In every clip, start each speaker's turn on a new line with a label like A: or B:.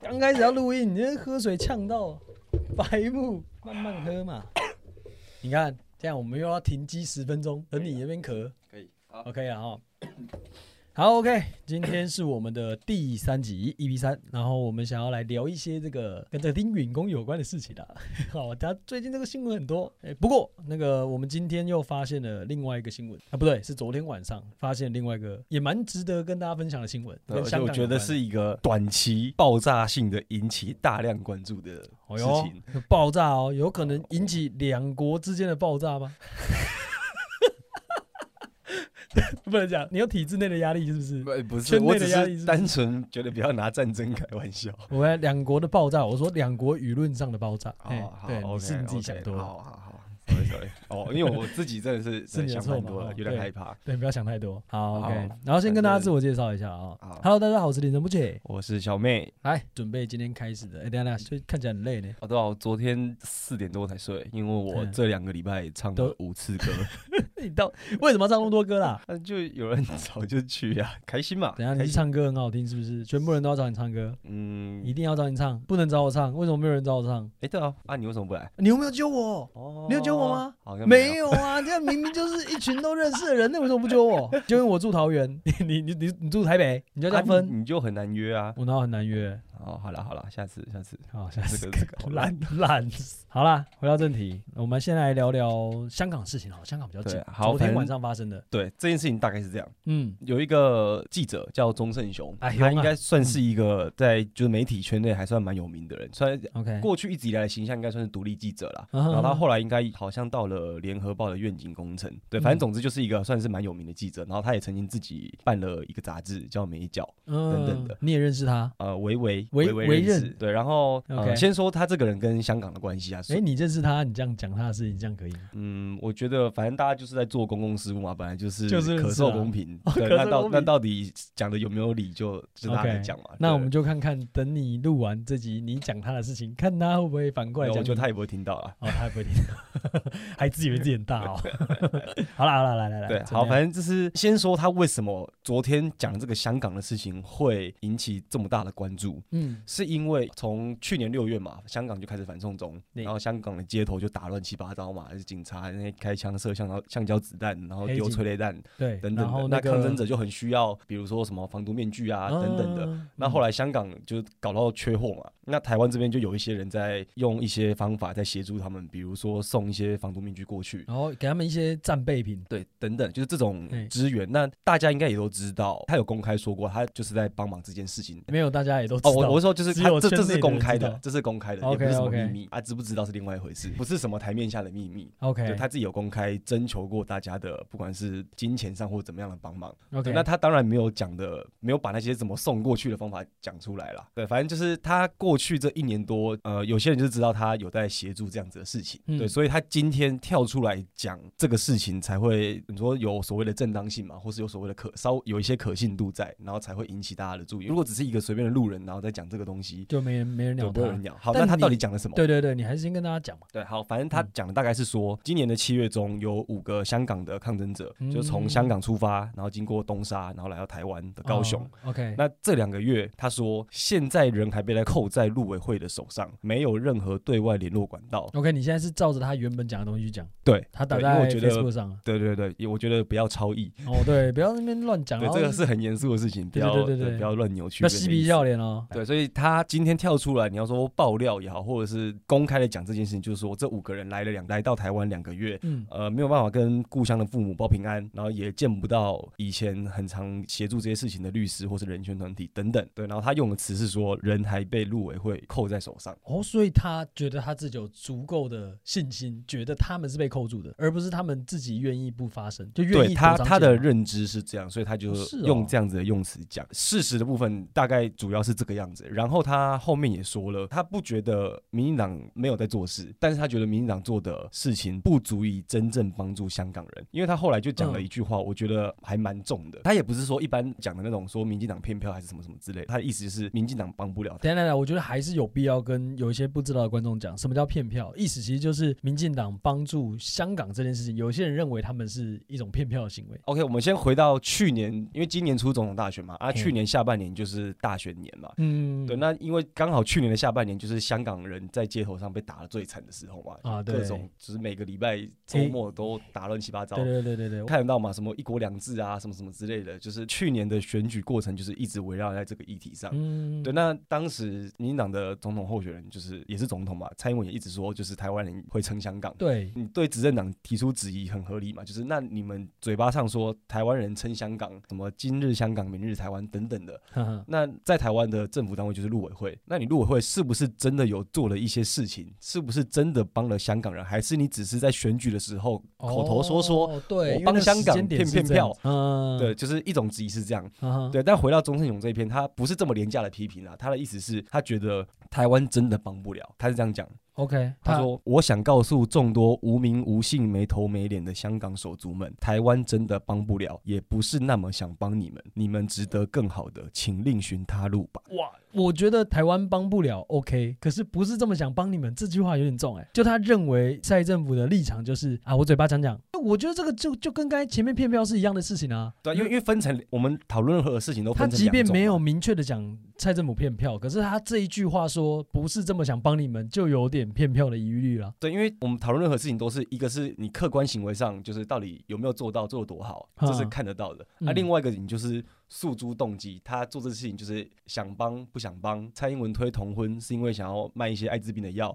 A: 刚开始要录音，你这喝水呛到，白目，慢慢喝嘛。你看，这样我们又要停机十分钟，等你那边咳。
B: 可以，好，
A: OK 啊哈，好 OK，今天是我们的第三集 EP 三，然后我们想要来聊一些这个跟这个丁允恭有关的事情啦。啊 好，他最近这个新闻很多，哎、不过那个我们今天又发现了另外一个新闻啊，不对，是昨天晚上发现另外一个也蛮值得跟大家分享的新闻，
B: 呃而
A: 跟
B: 且
A: 香港
B: 我觉得是一个短期爆炸性的引起大量关注的
A: 有
B: 事
A: 关哦
B: 情。
A: 哟爆炸哦，有可能引起两国之间的爆炸吗？不能讲，你有体制内的压力是不是？
B: 呃不，不是，
A: 圈内的
B: 我只
A: 压力是不
B: 是
A: 是
B: 单纯觉得不要拿战争开玩笑。
A: 我要两国的爆炸，我说两国舆论上的爆炸。哎
B: 哦，好
A: 对，
B: ，OK，
A: 你是你自己
B: OK，
A: 想多了，
B: 好好好，sorry sorry。哦，因为我自己真的是
A: 是你的
B: 想
A: 错
B: 太
A: 嘛
B: 多
A: 哦
B: 了，有点
A: 对
B: 害怕。
A: 对，不要想太多。好
B: 好
A: ，OK。然后先跟大家自我介绍一下啊
B: 好。
A: Hello，大家好，我是林晨不解。
B: 我是小妹，
A: 来，准备今天开始的。哎，等一下，等一下，所以看起来很累呢。
B: 哦，对啊，我昨天四点多才睡，因为我
A: 嗯
B: 这两个礼拜唱
A: 都
B: 了五次 歌，
A: 你到为什么要唱那么多歌啦？
B: 那就有人早就去啊，开心嘛。
A: 等一下，
B: 开
A: 你是
B: 心，
A: 唱歌很好听是不是？全部人都要找你唱歌，
B: 嗯，
A: 一定要找你唱，不能找我唱。为什么没有人找我唱？
B: 哎，对啊，啊，你为什么不来？
A: 你有没有揪我？
B: 哦
A: 你有揪我吗？
B: 好像
A: 没有啊，这样明明就是一群都认识的人，那为什么不揪我？就因为我住桃 园，你你你你你住台北，你就
B: 有
A: 加
B: 啊
A: 分。
B: 你，你就很难约啊。
A: 我哪有很难约？啊
B: 哦，好了好了，下次下次，
A: 好，下次
B: 这个这个好
A: 懒 懒。好啦，回到正题，我们先来聊聊香港的事情好了，香港比较
B: 对
A: 近，
B: 好
A: 昨天
B: 反正
A: 晚上发生的。
B: 对这件事情大概是这样，
A: 嗯，
B: 有一个记者叫钟胜雄，
A: 哎呦
B: 他应
A: 啊
B: 该算是一个在就是媒体圈内还算蛮有名的人，虽然
A: OK，
B: 过去一直以来的形象应该算是独立记者啦，
A: 嗯哼
B: 然后他后来应该好像到了联合报的愿景工程，对，反正
A: 嗯
B: 总之就是一个算是蛮有名的记者，然后他也曾经自己办了一个杂志叫《美角》，
A: 嗯
B: 等等的
A: 你也认识他？
B: 呃，维维
A: 维
B: 维
A: 维
B: 认识
A: 任
B: 对，然后
A: OK
B: 呃，先说他这个人跟香港的关系啊，
A: 哎，你认识他，你这样讲他的事情，这样可以吗？
B: 嗯，我觉得反正大家就是在做公共事务嘛，本来就是
A: 就是
B: 可
A: 是
B: 受
A: 啊
B: 公平。
A: 可
B: 对，
A: 受
B: 那到
A: 公
B: 那
A: 平
B: 到底讲的有没有理就，就大家来
A: OK，
B: 讲嘛。
A: 那
B: 对
A: 我们就看看，等你录完这集，你讲他的事情，看他会不会反过
B: 没
A: 来
B: 有
A: 讲
B: 我
A: 你。
B: 觉得他也不会听到啊。
A: 哦，他还不会听， 还自以为自己很大哦。 好啦好啦，来来来，
B: 对，
A: 啊怎么
B: 好，
A: 样
B: 反正就是先说他为什么昨天讲这个香港的事情会引起这么大的关注，
A: 嗯
B: 是因为从去年六月嘛，香港就开始反送中，
A: 对
B: 然后香港的街头就打乱七八糟嘛，就是警察那些开枪射向橡胶子弹，然后
A: 黑
B: 丢
A: 警
B: 催泪弹
A: 对，
B: 等
A: 然
B: 等
A: 后
B: 的，那
A: 个
B: 抗争者就很需要，比如说什么防毒面具啊等等的。
A: 啊
B: 那后来香港就搞到缺货嘛，那台湾这边就有一些人在用一些方法在协助他们，比如说送一些防毒面具过去，
A: 嗯然后给他们一些战备品，
B: 对，等等，就是这种
A: 嗯
B: 支援。那大家应该也都知道，他有公开说过，他就是在帮忙这件事情。
A: 没有大家也都知道。
B: 哦，我我说就是
A: 只
B: 他
A: 有
B: 这
A: 圈
B: 这
A: 内
B: 是
A: 的
B: 公
A: 人
B: 开
A: 知
B: 的
A: 道，
B: 这是公开的，也不
A: OK，
B: 是什么
A: OK
B: 秘密啊，知不知道是另外一回事，不是什么台面下的秘密。
A: OK，
B: 就他自己有公开征求过大家的，不管是金钱上或怎么样的帮忙。
A: OK，
B: 对那他当然没有讲的，没有把那些怎么送过去的方法讲出来啦。对，反正就是他过去这一年多，呃，有些人就知道他有在协助这样子的事情，
A: 嗯
B: 对，所以他今天跳出来讲这个事情，才会你说有所谓的正当性嘛，或是有所谓的可稍有一些可信度在，然后才会引起大家的注意。如果只是一个随便的路人，然后再讲这个东西，
A: 就没人没人
B: 就
A: 鸟
B: 不会有人
A: 他。
B: 鸟。好，
A: 但
B: 那他
A: 你
B: 到底讲了什么？
A: 对对对，你还是先跟大家讲嘛。
B: 对，好，反正他
A: 嗯
B: 讲的大概是说，今年的七月中有五个香港的抗争者，
A: 嗯
B: 就从香港出发，然后经过东沙，然后来到台湾的高雄。
A: 哦 OK，
B: 那这两个月，他说现在人还被他扣在陆委会的手上，没有任何对外联络管道。
A: OK，你现在是照着他原本讲的东西去讲，
B: 对，
A: 他打
B: 对因为
A: 在
B: 我觉得
A: Facebook 上了。啊
B: 对对对，也我觉得不要超意，
A: 哦，对，不要那边乱讲。
B: 对
A: 然，后
B: 这个是很严肃的事情，不
A: 对对
B: 要
A: 对对对
B: 不要乱扭曲，
A: 要嬉皮笑。脸哦。
B: 对，所以他今天跳出来，你要说爆料也好，或者是公开的讲这件事情，就是说这五个人来了两来到台湾两个月，
A: 嗯，
B: 呃，没有办法跟故乡的父母报平安，然后也见不到以前很常协助这些事情的律师或是人权团体等等。对，然后他用的词是说，人还被陆委会扣在手上。
A: 哦，所以他觉得他自己有足够的信心，觉得他们是被扣住的，而不是他们自己愿意不发声，就愿
B: 对
A: 意
B: 他
A: 躲藏
B: 他
A: 起来
B: 的
A: 嘛
B: 认知是这样，所以他就是
A: 哦
B: 用这样子的用词讲、事实的部分，大概主要是这个样子。然后他后面也说了，他不觉得民进党没有在做事，但是他觉得民进党做的事情不足以真正帮助香港人，因为他后来就讲了
A: 嗯
B: 一句话，我觉得还蛮重的。他也不是说一般讲的那种说民进党骗票还是什么什么之类的，他的意思是民进党帮不了他。
A: 等一下等一下，我觉得还是有必要跟有一些不知道的观众讲，什么叫骗票？意思其实就是民进党帮助香港这件事情，有些人认为他们是一种骗票的行为。
B: OK，我们先回到去年，因为今年出总统大选嘛，啊，
A: 嘿
B: 去年下半年就是大选年嘛，
A: 嗯，
B: 对，那因为刚好去年的下半年就是香港人在街头上被打的最惨的时候嘛，
A: 啊
B: 各
A: 对
B: 种就是每个礼拜周末都打乱七八糟。
A: 对对对对对，
B: 看得到嘛？什么一国两制啊，什么什么之类的，就是去年的选举过程，就是一直围绕在这个议题上。
A: 嗯，
B: 对，那当时民进党的总统候选人就是也是总统嘛，蔡英文也一直说，就是台湾人会撑香港。
A: 对
B: 你对执政党提出质疑很合理嘛？就是那你们嘴巴上说台湾人称香港，什么今日香港、明日台湾等等的，
A: 哈哈
B: 那在台湾的政府单位就是陆委会。那你陆委会是不是真的有做了一些事情？是不是真的帮了香港人？还是你只是在选举的时候口头说说？
A: 哦对，
B: 我
A: 因为
B: 帮
A: 那个
B: 香
A: 时
B: 港
A: 间点
B: 骗
A: 是
B: 骗
A: 这样
B: 票
A: 子嗯，
B: 对，就是一种质疑是这样。
A: 哈哈，
B: 对，但回到钟胜勇这一篇，他不是这么廉价的批评啊，他的意思是，他觉得台湾真的帮不了，他是这样讲。
A: ，OK，
B: 他说：“我想告诉众多无名无姓、没头没脸的香港手足们，台湾真的帮不了，也不是那么想帮你们，你们值得更好的，请另寻他路吧。
A: 哇，我觉得台湾帮不了，OK，可是不是这么想帮你们，这句话有点重哎、就他认为蔡政府的立场就是啊，我嘴巴讲讲，我觉得这个就就跟刚才前面骗票是一样的事情啊。”
B: 对，因为因为分成我们讨论任何事情都
A: 他
B: 分成
A: 即便
B: 两种
A: 没有
B: 嘛
A: 明确的讲蔡政府骗票，可是他这一句话说不是这么想帮你们，就有点骗票的疑虑 了。
B: 对，因为我们讨论任何事情都是一个是你客观行为上，就是到底有没有做到，做的多好，
A: 啊
B: 这是看得到的。那、
A: 嗯
B: 另外一个你就是诉诸动机，他做这事情就是想帮不想帮。蔡英文推同婚是因为想要卖一些艾滋病的药，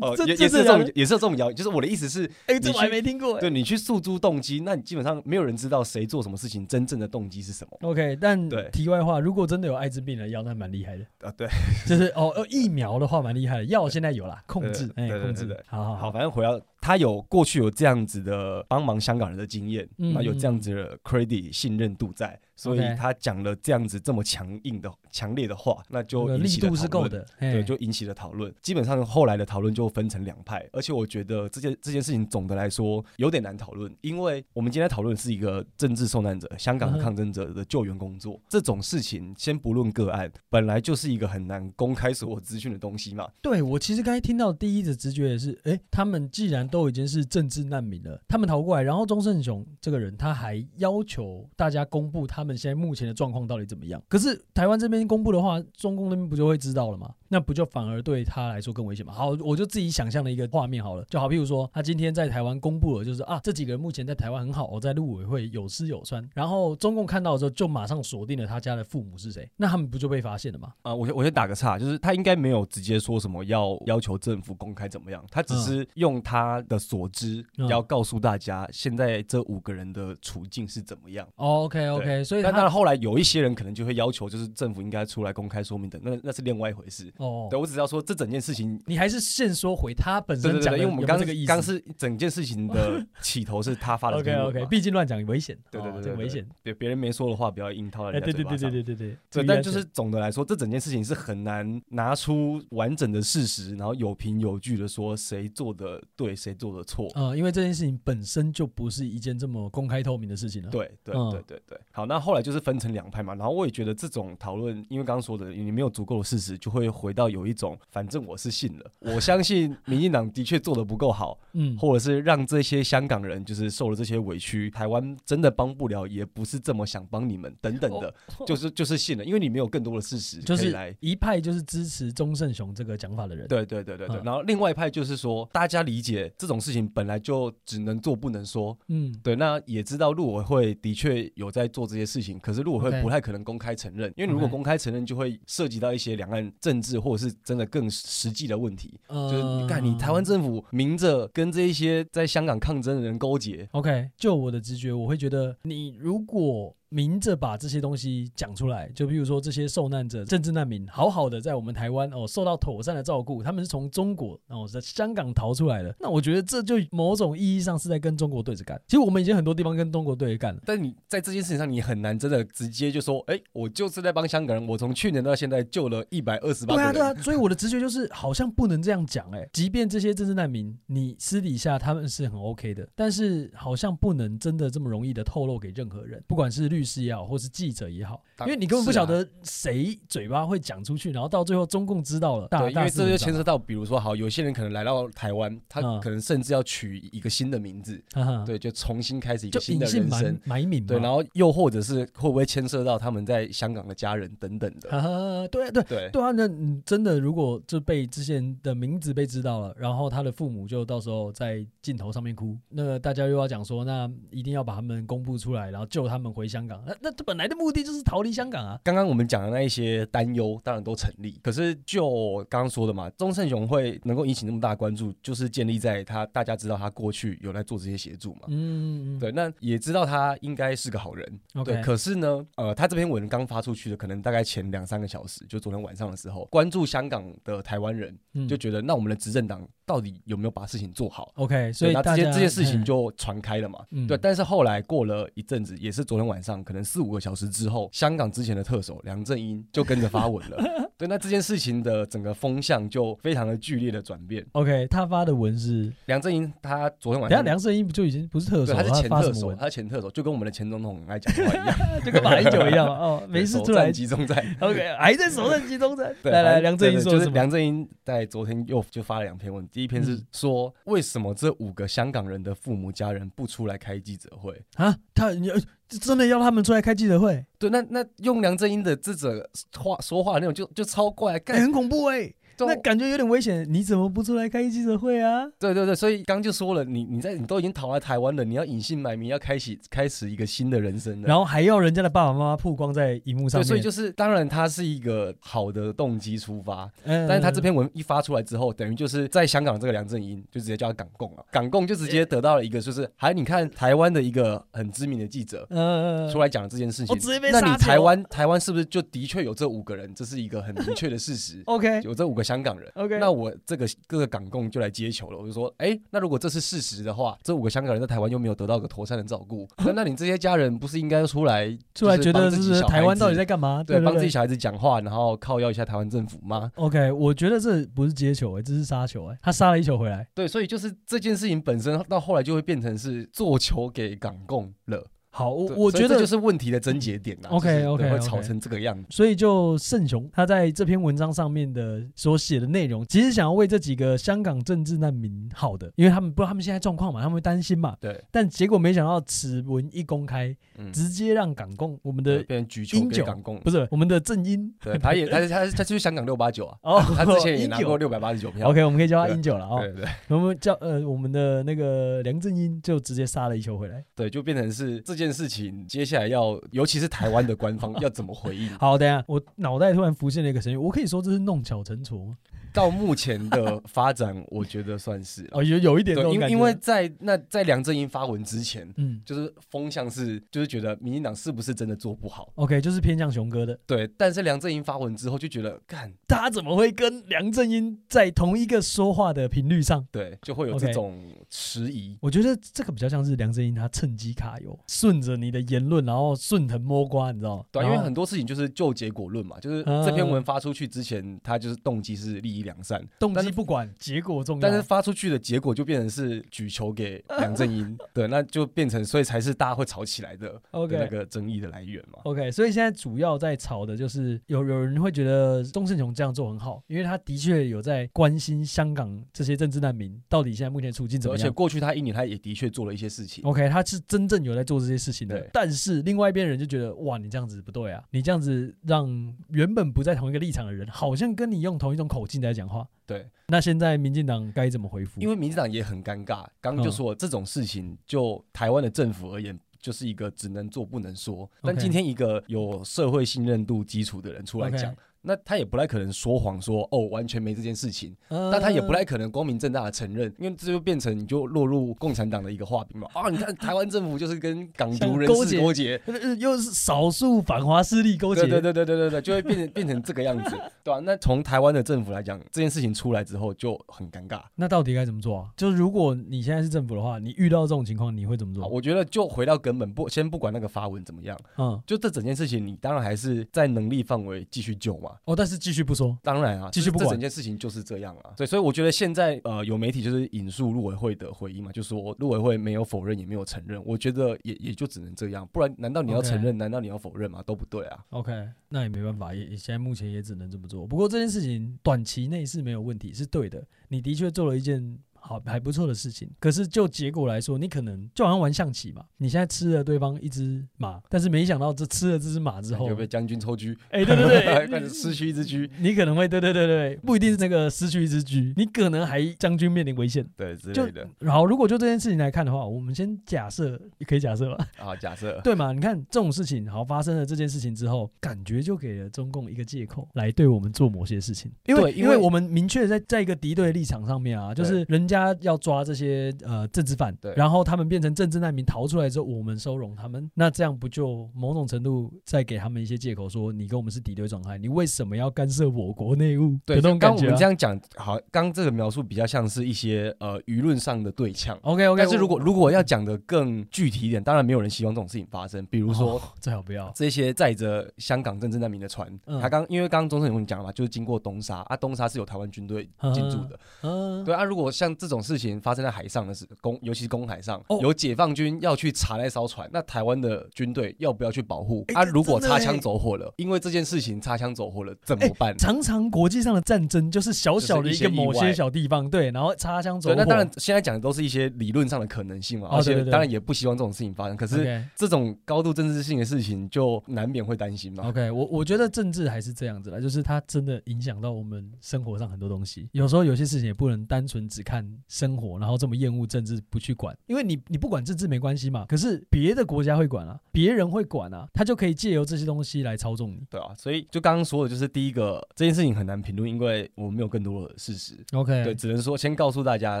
B: 哦、
A: 这
B: 也
A: 这
B: 也是这
A: 两个
B: 种也是有这种谣，就是我的意思是。
A: 哎，这
B: 你
A: 我还
B: 去
A: 没听过、哎。
B: 对你去诉诸动机，那你基本上没有人知道谁做什么事情真正的动机是什么
A: OK，但
B: 对
A: 题外话，如果真的有艾滋病的药，那蛮厉害的。
B: 啊？对，
A: 就是哦，呃疫苗的话蛮厉害的，药现在有啦，控制，
B: 对
A: 哎，
B: 对对
A: 控
B: 对
A: 制
B: 对，
A: 好好
B: 好，，反正回到他有过去有这样子的帮忙香港人的经验，
A: 嗯
B: 那、有这样子的 credit 信任度在，所以
A: OK
B: 他讲了这样子这么强硬的、强烈的话，那
A: 这
B: 就
A: 个
B: 引
A: 力
B: 起了
A: 度是
B: 讨
A: 够
B: 论。
A: 的，
B: 对，
A: 哎
B: 就引起了讨论。基本上后来的讨论就分成两派，而且我觉得这件这件事情总的来说有点难讨论，因为我们今天讨论是一个政治受难者、香港
A: 嗯哼
B: 抗争者的救援工作、这种事情，先不论个案，本来就是一个很难公开所有资讯的东西嘛。
A: 对我其实刚才听到第一的直觉也是，哎，他们既然都已经是政治难民了，他们逃过来，然后钟胜雄这个人他还要求大家公布他们现在目前的状况到底怎么样。可是台湾这边公布的话，中共那边不就会知道了吗？那不就反而对他来说更危险吗？好，我就自己想象了一个画面好了，就好，譬如说他今天在台湾公布了，就是啊，这几个人目前在台湾很好，我哦在陆委会有吃有穿，然后中共看到之后就马上锁定了他家的父母是谁，那他们不就被发现了吗？
B: 啊、我先我先打个岔，就是他应该没有直接说什么要要求政府公开怎么样，他只是用他的所知、
A: 嗯
B: 要告诉大家现在这五个人的处境是怎么样。
A: 哦 OK OK，
B: 对
A: 所以他
B: 但当然，后来有一些人可能就会要求，就是政府应该出来公开说明的，那那是另外一回事。
A: 哦
B: 对，我只是要说这整件事情，
A: 你还是现说回他本
B: 对
A: 身
B: 对
A: 讲
B: 对，
A: 的
B: 因为我们刚
A: 有没有这个意思
B: 刚是整件事 情的起头是他发的
A: OK
B: 推文
A: OK，
B: 嘛
A: 毕竟乱讲危险，
B: 对对对
A: 哦
B: 对
A: 这个
B: 对
A: 危险。
B: 别别人没说的话不要硬套在
A: 哎，
B: 人家
A: 对对
B: 嘴巴
A: 对
B: 上
A: 对。对对对，注
B: 对，
A: 意
B: 但
A: 安
B: 就
A: 全
B: 是总的来说，这整件事情是很难拿出完整的事实，然后有凭有据的说谁做的对，谁做的错。
A: 呃，因为这件事情本身就不是一件这么公开透明的事情了。
B: 对对
A: 嗯
B: 对对对，好，那后来就是分成两派嘛，然后我也觉得这种讨论，因为刚刚说的，你没有足够的事实，就会回到有一种，反正我是信了，我相信民进党的确做的不够好，
A: 嗯，
B: 或者是让这些香港人就是受了这些委屈，台湾真的帮不了，也不是这么想帮你们等等的，就是就是信了，因为你没有更多的事实
A: 哦就
B: 可以
A: 是
B: 来。
A: 一派就是支持钟胜雄这个讲法的人。
B: 对对对对对，
A: 嗯
B: 然后另外一派就是说，大家理解这种事情本来就只能做不能说，
A: 嗯，
B: 对，那也知道陆委会的确有在做这些事情，可是陆委
A: OK 嗯
B: 会不太可能公开承认因为如果
A: OK
B: 公开承认，就会涉及到一些两岸政治或者是真的更实际的问题。
A: 就
B: 就是你看，你台湾政府明着跟这一些在香港抗争的人勾结，
A: OK，就我的直觉，我会觉得你如果明着把这些东西讲出来，就比如说这些受难者、政治难民，好好的在我们台湾哦受到妥善的照顾，他们是从中国哦在香港逃出来的，那我觉得这就某种意义上是在跟中国对着干。其实我们已经很多地方跟中国对着干了。
B: 但你在这件事情上，你很难真的直接就说，哎、我就是在帮香港人，我从去年到现在救了一百二十
A: 对
B: 八个
A: 啊，
B: 人。
A: 对啊，所以我的直觉就是，好像不能这样讲哎、即便这些政治难民，你私底下他们是很 OK 的，但是好像不能真的这么容易的透露给任何人，不管是绿律师也好，或是记者也好，因
C: 当
A: 为你根本不
C: 是啊
A: 晓得谁嘴巴会讲出去，然后到最后中共知道了，大
B: 对，因为这就牵
A: 扯，
B: 涉到，比如说，好，有些人可能来到台湾，他
A: 嗯
B: 可能甚至要取一个新的名字，
A: 哈哈，
B: 对，就重新开始一
A: 就
B: 个新
A: 隐
B: 的
A: 姓
B: 人
A: 埋
B: 生，
A: 埋名嘛，
B: 对，然后又或者是会不会牵涉到他们在香港的家人等等 的，
A: 啊，对对
B: 对，
A: 对啊，那你真的如果就被之前的名字被知道了，然后他的父母就到时候在镜头上面哭，那大家又要讲说，那一定要把他们公布出来，然后救他们回香港。那那这本来的目的就是逃离香港啊。
B: 刚刚我们讲的那一些担忧，当然都成立。可是就刚刚说的嘛，钟胜雄会能够引起那么大关注，就是建立在他大家知道他过去有来做这些协助嘛。
A: 嗯，
B: 对，那也知道他应该是个好人。对，
A: ，OK，
B: 可是呢，呃，他这篇文刚发出去的，可能大概前两三个小时，就昨天晚上的时候，关注香港的台湾人
A: 嗯
B: 就觉得，那我们的执政党到底有没有把事情做好？
A: OK，所以
B: 那
A: 大
B: 这
A: 家
B: 些这些事情
A: 嗯
B: 就传开了嘛。
A: 嗯
B: 对，但是后来过了一阵子，也是昨天晚上，可能四五个小时之后，香港之前的特首梁振英就跟着发文 了。对，那这件事情的整个风向就非常的剧烈的转变。
A: OK，他发的文是，
B: 梁振英他昨天晚
A: 等一下
B: 上，
A: 梁振英不就已经不是特首
B: 对，
A: 了，
B: 他是前
A: 发
B: 特
A: 什么
B: 首，
A: 文？
B: 他是前特首就跟我们的前总统很爱讲话一样，
A: 就跟马英九一 样嘛哦， 没事
B: 对
A: 出
B: 首战
A: 来
B: 集中在。
A: OK，还在首任集中在。
B: 对
A: 来
B: 反
A: 来，
B: 正
A: 梁振英
B: 对对
A: 说
B: 就
A: 了
B: 是
A: 什么？
B: 梁振英在昨天又就发了两篇文，第一篇是
A: 嗯
B: 说为什么这五个香港人的父母家人不出来开记者会，
A: 啊，他你呃真的要他们出来开记者会？
B: 对，那那用梁振英的这者话说话的那种就就超怪，
A: 欸
B: 干、
A: 很恐怖哎、
B: 都
A: 那感觉有点危险。你怎么不出来开记者会啊？
B: 对对对，所以刚就说了，你你在你都已经逃来台湾了，你要隐姓埋名，要开启开始一个新的人生了。
A: 然后还要人家的爸爸妈妈曝光在荧幕上
B: 对，
A: 面，
B: 所以就是当然他是一个好的动机出发，
A: 嗯，
B: 但是他这篇文一发出来之后，等于就是在香港这个梁振英就直接叫他港共了，港共就直接得到了一个就是，还你看台湾的一个很知名的记者。
A: 嗯，嗯
B: 出来讲了这件事
A: 我
B: 情
A: 直接，被
B: 那
A: 杀
B: 你
A: 头。
B: 台湾台湾是不是就的确有这五个人？这是一个很明确的事实
A: OK
B: 有这五个香港人
A: OK
B: 那我这个各个港共就来接球了。我就说，哎、那如果这是事实的话，这五个香港人在台湾又没有得到个妥善的照 顾，那那你这些家人不是应该出来
A: 出来
B: 就
A: 觉
B: 帮
A: 得
B: 自
A: 就
B: 己
A: 是
B: 小
A: 台
B: 孩
A: 湾
B: 子
A: 到底在干嘛？
B: 对
A: 对，
B: 帮自己。小孩子讲话，然后靠要一下台湾政府吗？
A: OK，我觉得这不是接球哎、这是杀球哎、他杀了一球回来。
B: 对，所以就是这件事情本身到后来就会变成是做球给港共了。
A: 好，我
B: 对
A: 我
B: 所以
A: 觉得
B: 这就是问题的症结点啦。啊
A: OK，
B: 就是对
A: OK，
B: 会
A: OK
B: 吵成这个样子。
A: 所以就盛雄他在这篇文章上面的所写的内容，其实想要为这几个香港政治难民好的，因为他们不知道他们现在状况嘛，他们会担心嘛。
B: 对，
A: 但结果没想到此文一公开，
B: 嗯，
A: 直接让港共我们
B: 对
A: 的
B: 变成举球
A: 英
B: 给
A: 九
B: 港共
A: 不。是我们的正音
B: 对，他也他他他去香港六 八九啊，
A: 哦，
B: 他之前也拿过
A: 英九
B: 六百八十九票。
A: OK，我们可以 叫他英九了哦。
B: 对对
A: 我们叫呃我们的那个梁振英就直接杀了一球回来。
B: 对，就变成是这件事情，接下来要，尤其是台湾的 官方要怎么回应？
A: 好，等一下我脑袋突然浮现了一个声音，我可以说这是弄巧成拙吗？
B: 到目前的发展，我觉得算是啦
A: 哦，有有一点这
B: 对，
A: 种
B: 因
A: 感
B: 为
A: 觉。
B: 因为在那在梁振英发文之前，
A: 嗯
B: 就是风向是就是觉得民进党是不是真的做不好？
A: ，OK，就是偏向熊哥的，
B: 对，但是梁振英发文之后就觉得干，
A: 他怎么会跟梁振英在同一个说话的频率上？
B: 对，就会有
A: OK
B: 这种迟疑。
A: 我觉得这个比较像是梁振英他趁机卡油，顺着你的言论，然后顺藤摸瓜，你知道吗？
B: 对啊，因为
A: 然后
B: 很多事情就是就结果论嘛，就是
A: 嗯
B: 这篇文发出去之前，他就是动机是利益良善，
A: 动
B: 但
A: 机
B: 是
A: 不管，结果重要。
B: 但是发出去的结果就变成是举球给梁 振英，对，那就变成所以才是大家会吵起来的的
A: OK
B: 那个争议的来源嘛。
A: OK，所以现在主要在吵的就是有有人会觉得钟胜雄这样做很好，因为他的确有在关心香港这些政治难民到底现在目前处境怎么
B: 而且
A: 样。哦
B: 过去他一年他也的确做了一些事情，
A: OK，他是真正有在做这些事情的
B: 对，
A: 但是另外一边人就觉得，哇，你这样子不对啊，你这样子让原本不在同一个立场的人，好像跟你用同一种口径在讲话。
B: 对，
A: 那现在民进党该怎么回复？
B: 因
A: 为
B: 为民进党也很尴尬。刚
A: 嗯
B: 刚就说这种事情，就台湾的政府而言。就是一个只能做不能说，但
A: OK
B: 今天一个有社会信任度基础的人出来讲
A: OK
B: 那他也不太可能说谎说哦完全没这件事情，
A: 呃嗯
B: 但他也不太可能光明正大的承认，因为这就变成你就落入共产党的一个画饼嘛。啊，你看台湾政府就是跟港独人
A: 勾
B: 士
A: 结
B: 勾结，
A: 呃又是少数反华势力勾结，
B: 对对对对对对对，就会变成变成这个样子，对吧、那从台湾的政府来讲，这件事情出来之后就很尴尬。
A: 那到底该怎么做啊？就是如果你现在是政府的话，你遇到这种情况，你会怎么
B: 好
A: 做？
B: 啊我觉得就回到根本，不先不管那个发文怎么样，
A: 嗯
B: 就这整件事情，你当然还是在能力范围继续救嘛。啊。
A: 哦，但是继续不说，
B: 当然啊，
A: 继续不
B: 这
A: 管
B: 整件事情就是这样啊。对，所以我觉得现在呃，有媒体就是引述陆委会的回应嘛，就说陆委会没有否认，也没有承认。我觉得也也就只能这样，不然难道你要
A: OK
B: 承认难道你要否认吗？都不对啊。
A: OK，那也没办法，也也现在目前也只能这么做。不过这件事情短期内是没有问题，是对的。你的确做了一件好还不错的事情，可是就结果来说，你可能就好像玩象棋嘛，你现在吃了对方一只马，但是没想到这吃了这只马之后
B: 有，被将军抽车？
A: 哎、对对对，
B: 开始失去一只车，
A: 你可能会对对对对，不一定是那个失去一只车，你可能还将军面临危险。
B: 对之
A: 就
B: 类的
A: 然后，如果就这件事情来看的话，我们先假设，可以假设吧，
B: 啊。假设
A: 对嘛？你看这种事情，好发生了这件事情之后，感觉就给了中共一个借口来对我们做某些事情，因为
B: 对因为
A: 因为我们明确在在一个敌对的立场上面啊，就是人家要抓这些呃政治犯
B: 对，
A: 然后他们变成政治难民逃出来之后，我们收容他们，那这样不就某种程度在给他们一些借口说，你跟我们是敌对状态，你为什么要干涉我国内务的
B: 对，
A: 那
B: 就
A: 种
B: 刚
A: 感
B: 我
A: 觉、
B: 们这
A: 啊、
B: 样讲，好，刚这个描述比较像是一些呃舆论上的对呛。啊
A: OK OK，
B: 但是如果如果要讲的更具体一点，当然没有人希望这种事情发生。比 如说，
A: 最好不要，
B: 这些载着香港政治难民的船，
A: 嗯
B: 他刚因为刚刚钟胜勇你讲了嘛，就是经过东沙啊，东沙是有台湾军队进驻的，
A: 嗯、
B: 对啊。如果像这种事情发生在海上的时，公尤其是公海上，
A: 哦
B: 有解放军要去查那艘船，那台湾的军队要不要去保护？
A: 哎
B: 啊，
A: 这
B: 如果
A: 真的
B: 擦
A: 欸
B: 枪走火了，因为这件事情擦枪走火了怎么办？
A: 常常国际上的战争就是小小的一个某
B: 就是一些意
A: 些
B: 外
A: 小地方，对，然后擦枪走
B: 对，
A: 火。
B: 那当然，现在讲的都是一些理论上的可能性嘛，
A: 哦
B: 而且
A: 对对对
B: 当然也不希望这种事情发生。可是
A: OK
B: 这种高度政治性的事情，就难免会担心嘛。
A: OK，我我觉得政治还是这样子啦，就是它真的影响到我们生活上很多东西。有时候有些事情也不能单纯只看生活，然后这么厌恶政治不去管，因为你你不管政治没关系嘛，可是别的国家会管啊，别人会管啊，他就可以借由这些东西来操纵你。
B: 对啊，所以就刚刚说的，就是第一个这件事情很难评论，因为我们没有更多的事实。
A: OK，
B: 对，只能说先告诉大家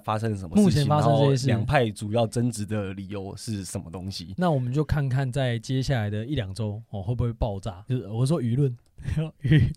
B: 发生了什么事情，
A: 目前发生
B: 然后
A: 这些事
B: 两派主要争执的理由是什么东西。
A: 那我们就看看在接下来的一两周哦，会不会爆炸？就是我说舆论， 舆，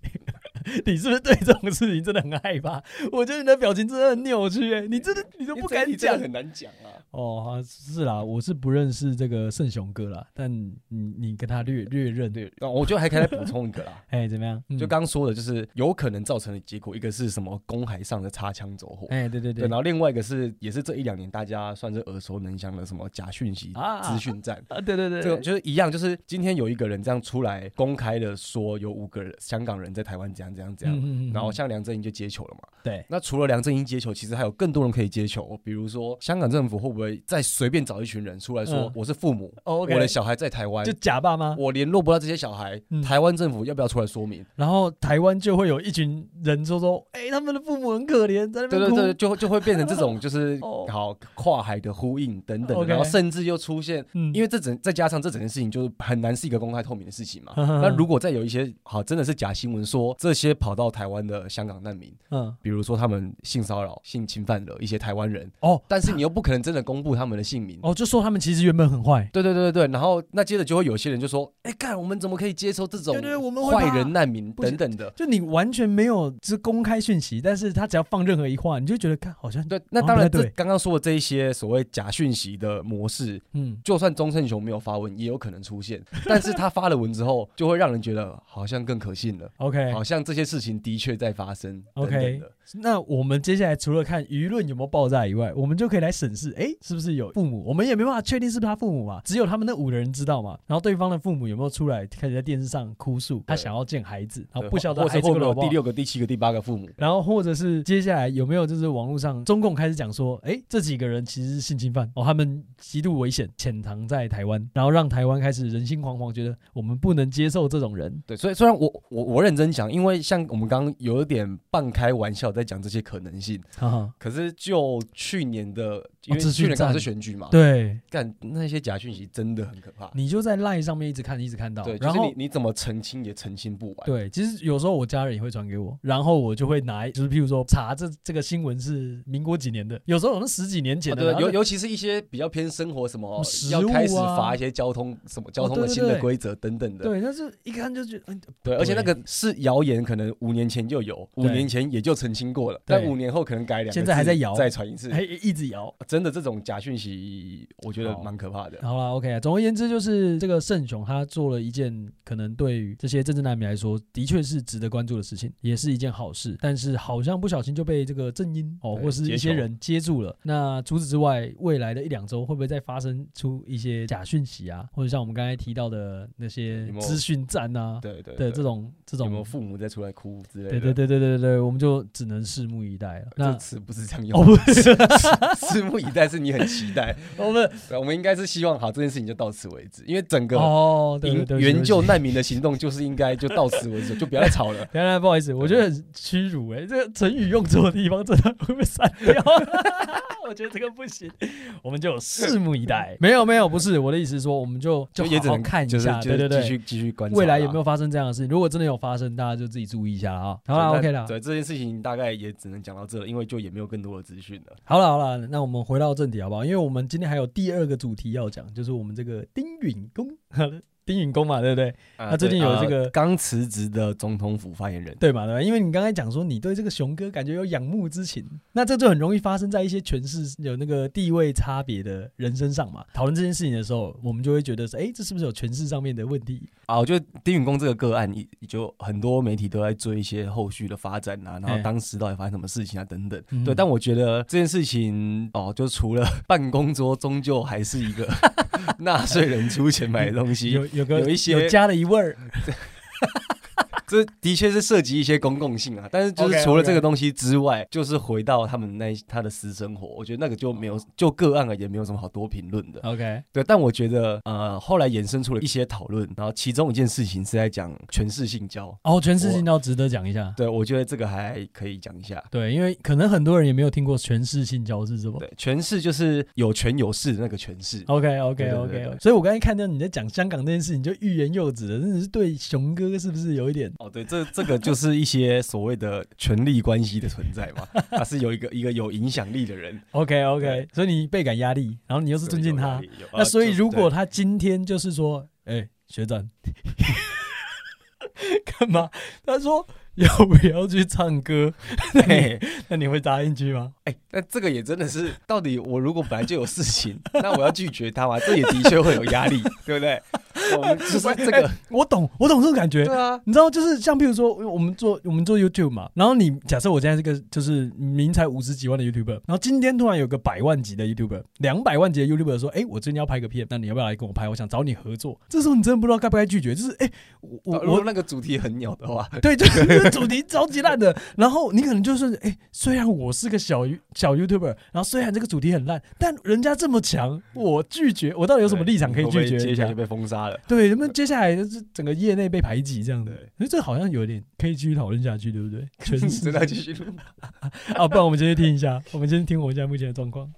A: 你是不是对这种事情真的很害怕？我觉得你的表情真的很扭曲、欸，你真的你都不敢讲。
B: 难讲 啊。
A: 哦，好是啦，我是不认识这个圣雄哥啦，但你你跟他略略认，，
B: 对，然后我觉得还可以再补充一个啦
A: 哎、怎么样？ 嗯
B: 就刚刚说的，就是有可能造成的结果，一个是什么公海上的擦枪走火。
A: 哎、对对
B: 对，
A: 对
B: 然，后另外一个是，也是这一两年大家算是耳熟能详的什么假讯息
A: 啊
B: 资讯战，
A: 啊，对对对，
B: 这个就是一样，就是今天有一个人这样出来公开的说有五个人香港人在台湾怎样怎样怎样，
A: 嗯嗯嗯
B: 然后像梁振英就接球了嘛，
A: 对
B: 那除了梁振英接球，其实还有更多人可以接球，比如说香港政府会不会再随便找一群人出来说、
A: 嗯
B: 我是父母，
A: 哦
B: 我
A: ，OK，
B: 的小孩在台湾
A: 就，假爸妈，
B: 我联络不到这些小孩，
A: 嗯
B: 台湾政府要不要出来说明？
A: 然后台湾就会有一群人说说，哎、他们的父母很可怜，在那
B: 对
A: 边
B: 对
A: 哭，
B: 对，就就会变成这种就是
A: 哦
B: 好跨海的呼应等等的
A: OK
B: 然后甚至又出现。
A: 嗯
B: 因为这整再加上这整件事情，就是很难是一个公开透明的事情嘛。
A: 嗯哼
B: 那如果再有一些好真的是假新闻说这些跑到台湾的香港难民，
A: 嗯
B: 比如说他们性骚扰、性侵犯了一些台湾人，
A: 哦
B: 但是你又不可能真的公布他们的姓名。
A: 哦，就说他们其实原本很坏，
B: 对对对对对，然后那接着就会有些人就说：“哎，干，我们怎么可以接受这种
A: 对对我们会怕
B: 坏人难民
A: 不行
B: 等等的
A: 就你完全没有是公开讯息，但是他只要放任何一话，你就觉得看好像？”
B: 对，那
A: 哦
B: 当然，
A: 不太
B: 这
A: 对
B: 刚刚说的这一些所谓假讯息的模式，
A: 嗯，
B: 就算钟胜雄没有发文，也有可能出现。但是他发了文之后，就会让人觉得好像更可信了，
A: OK，
B: 好像这些事情的确在发生等
A: OK
B: 等的。
A: 那我们接下来除了看舆论有没有爆炸以外，我们就可以来审视，哎，是不是有父母？我们也没办法确定是不是他父母嘛，只有他们那五个人知道嘛。然后对方的父母有没有出来开始在电视上哭诉，他想要见孩子，然后
B: 对
A: 不晓得
B: 或
A: 孩
B: 者
A: 子
B: 会不会
A: 老
B: 有
A: 不好
B: 第。六个、第七个、第八个父母？
A: 然后或者是接下来有没有就是网络上中共开始讲说，哎，这几个人其实是性侵犯哦，他们极度危险，潜藏在台湾，然后让台湾开始人心惶惶，觉得我们不能接受这种人。
B: 对，所以虽然我我我认真讲，因为像我们刚刚有一点半开玩笑在讲这些可能性，
A: 哈哈，
B: 可是就去年的，因为
A: 哦资
B: 去
A: 讯
B: 年刚好是
A: 战
B: 选举嘛，，
A: 对，
B: 干那些假讯息真的很可怕。
A: 你就在赖上面一直看，一直看到，
B: 对，就
A: 然
B: 是
A: 后
B: 你。你怎么澄清也澄清不完。啊
A: 对，其实有时候我家人也会传给我，然后我就会拿，就是譬如说查这这个新闻是民国几年的，有时候可能十几年前
B: 啊
A: 的，
B: 对，
A: 然后
B: 尤
A: 就
B: 尤其是一些比较偏生活什么，
A: 食
B: 要开始
A: 物啊
B: 罚一些交通什么交
A: 哦
B: 通
A: 对
B: 的
A: 对
B: 新的
A: 对
B: 规则等等的。
A: 对，但是一看就觉得，嗯，
B: 对，而且那
A: 对
B: 个是谣言，可能五年前就有，
A: 对
B: 五年前也就澄清过了，
A: 对
B: 但五年后可能改两个字，
A: 现在还在摇哎
B: 再传一次。
A: 还一直摇。
B: 真的这种假讯息，我觉得
A: 好
B: 蛮可怕的。
A: 好了，OK 啊。总而言之，就是这个圣雄他做了一件可能对于这些政治难民来说，的确是值得关注的事情，也是一件好事。但是好像不小心就被这个正音哦，
B: 对
A: 或是一些人接住了。那除此之外，未来的一两周会不会再发生出一些假讯息啊，或者像我们刚才提到的那些
B: 有没有
A: 资讯站啊
B: 对对
A: 的这种这
B: 有没有
A: 种？
B: 父母在出来哭之类的？
A: 对对对对对对，我们就只能拭目以待了。那
B: 这词不是这样
A: 哦
B: 用的，
A: 不是，
B: 拭目以待是你很期待。
A: 我们
B: 对我们应该是希望好这件事情就到此为止，因为整个
A: 哦，对对
B: 营
A: 对不起，对不
B: 援
A: 起
B: 救难民的行动就是应该就到此为止，就不要再吵了。
A: 等一下，不好意思，我觉得很屈辱哎、这个成语用错的地方真的会被删掉。 我觉得这个不行，我们就拭目以待。 没有没有，不是我的意思是说，我们 就就
B: 也只
A: 好好
B: 能
A: 看一
B: 就是
A: 下，
B: 就
A: 对对对。
B: 是继续继续观察啦。
A: 未来有没有发生这样的事情？如果真的有发生，大家就自己注意一下了啊。好
B: 对
A: 了
B: 那
A: ，OK 了，
B: 对这件事情大概也只能讲到这了，因为就也没有更多的资讯了。
A: 好了好了，那我们回到正题好不好？因为我们今天还有第二个主题要讲，就是我们这个丁允恭， 丁允恭嘛，对不对？
B: 啊
A: 那最近
B: 对
A: 有
B: 呃
A: 这个
B: 刚辞职的总统府发言人，
A: 对嘛？对吧？因为你刚才讲说你对这个熊哥感觉有仰慕之情，那这就很容易发生在一些权势有那个地位差别的人身上嘛。讨论这件事情的时候，我们就会觉得说，哎，这是不是有权势上面的问题？
B: 啊，我觉得丁允恭这个个案，也就很多媒体都在追一些后续的发展啊，然
A: 哎
B: 后当时到底发生什么事情啊，等等。
A: 嗯
B: 对，但我觉得这件事情哦，就除了办公桌，终究还是一个 纳税人出钱买的东西
A: 有。有个
B: 有一些
A: 有加了一味儿，
B: 这的确是涉及一些公共性啊，但是就是
A: OK，OK
B: 除了这个东西之外就是回到他们那他的私生活，我觉得那个就没有就个案而言，没有什么好多评论的。
A: OK，
B: 对，但我觉得呃，后来衍生出了一些讨论，然后其中一件事情是在讲权势性交。
A: 哦，权势性交值得讲一下。
B: 对，我觉得这个还可以讲一下。
A: 对，因为可能很多人也没有听过权势性交是什么。
B: 对，权势就是有权有势的那个权 势。
A: OK OK
B: 对对
A: OK，
B: 对对
A: 所以我刚才看到你在讲香港这件事情，就欲言又止了，真的是对熊哥是不是有一点
B: 哦，对，这这个就是一些所谓的权力关系的存在嘛，他是有一个一个有影响力的人，
A: OK OK？
B: 对
A: 所以你倍感压力，然后你又是尊敬他，
B: 有，有
A: 那所以
B: 呃
A: 如果
B: 就
A: 他今天就是说，哎、学长， 干嘛？他说要不要去唱歌？那你那你会答应去吗？
B: 对哎，那这个也真的是，到底我如果本来就有事情，那我要拒绝他嘛，这也的确会有压力，对不对？我们就是这个，
A: 我懂，我懂这种感觉
B: 对。啊，
A: 你知道，就是像譬如说，我们做我们做 YouTube 嘛，然后你假设我现在是个就是明才五十几万的 YouTuber，然后今天突然有个百万级的 YouTuber，两百万级的 YouTuber 说，哎、我最近要拍个片，那你要不要来跟我拍？我想找你合作。这时候你真的不知道该不该拒绝，就是哎、我我
B: 我啊如
A: 我
B: 果那个主题很鸟的 话，
A: 对，就是这个主题超级烂的。然后你可能就是，哎、虽然我是个小 You- 小 YouTuber，然后虽然这个主题很烂，但人家这么强，我拒绝，我到底有什么立场可以
B: 会不会
A: 拒绝
B: 接
A: 人
B: 下来
A: 家
B: 就？被封杀了。
A: 对，那么接下来就是整个业内被排挤这样的
B: 对，
A: 所以这好像有点可以继续讨论下去，对不 对？全
B: 真
A: 是
B: 的要继续录吗，
A: 啊，不然我们先去听一下，我们先听我们现在目前的状况。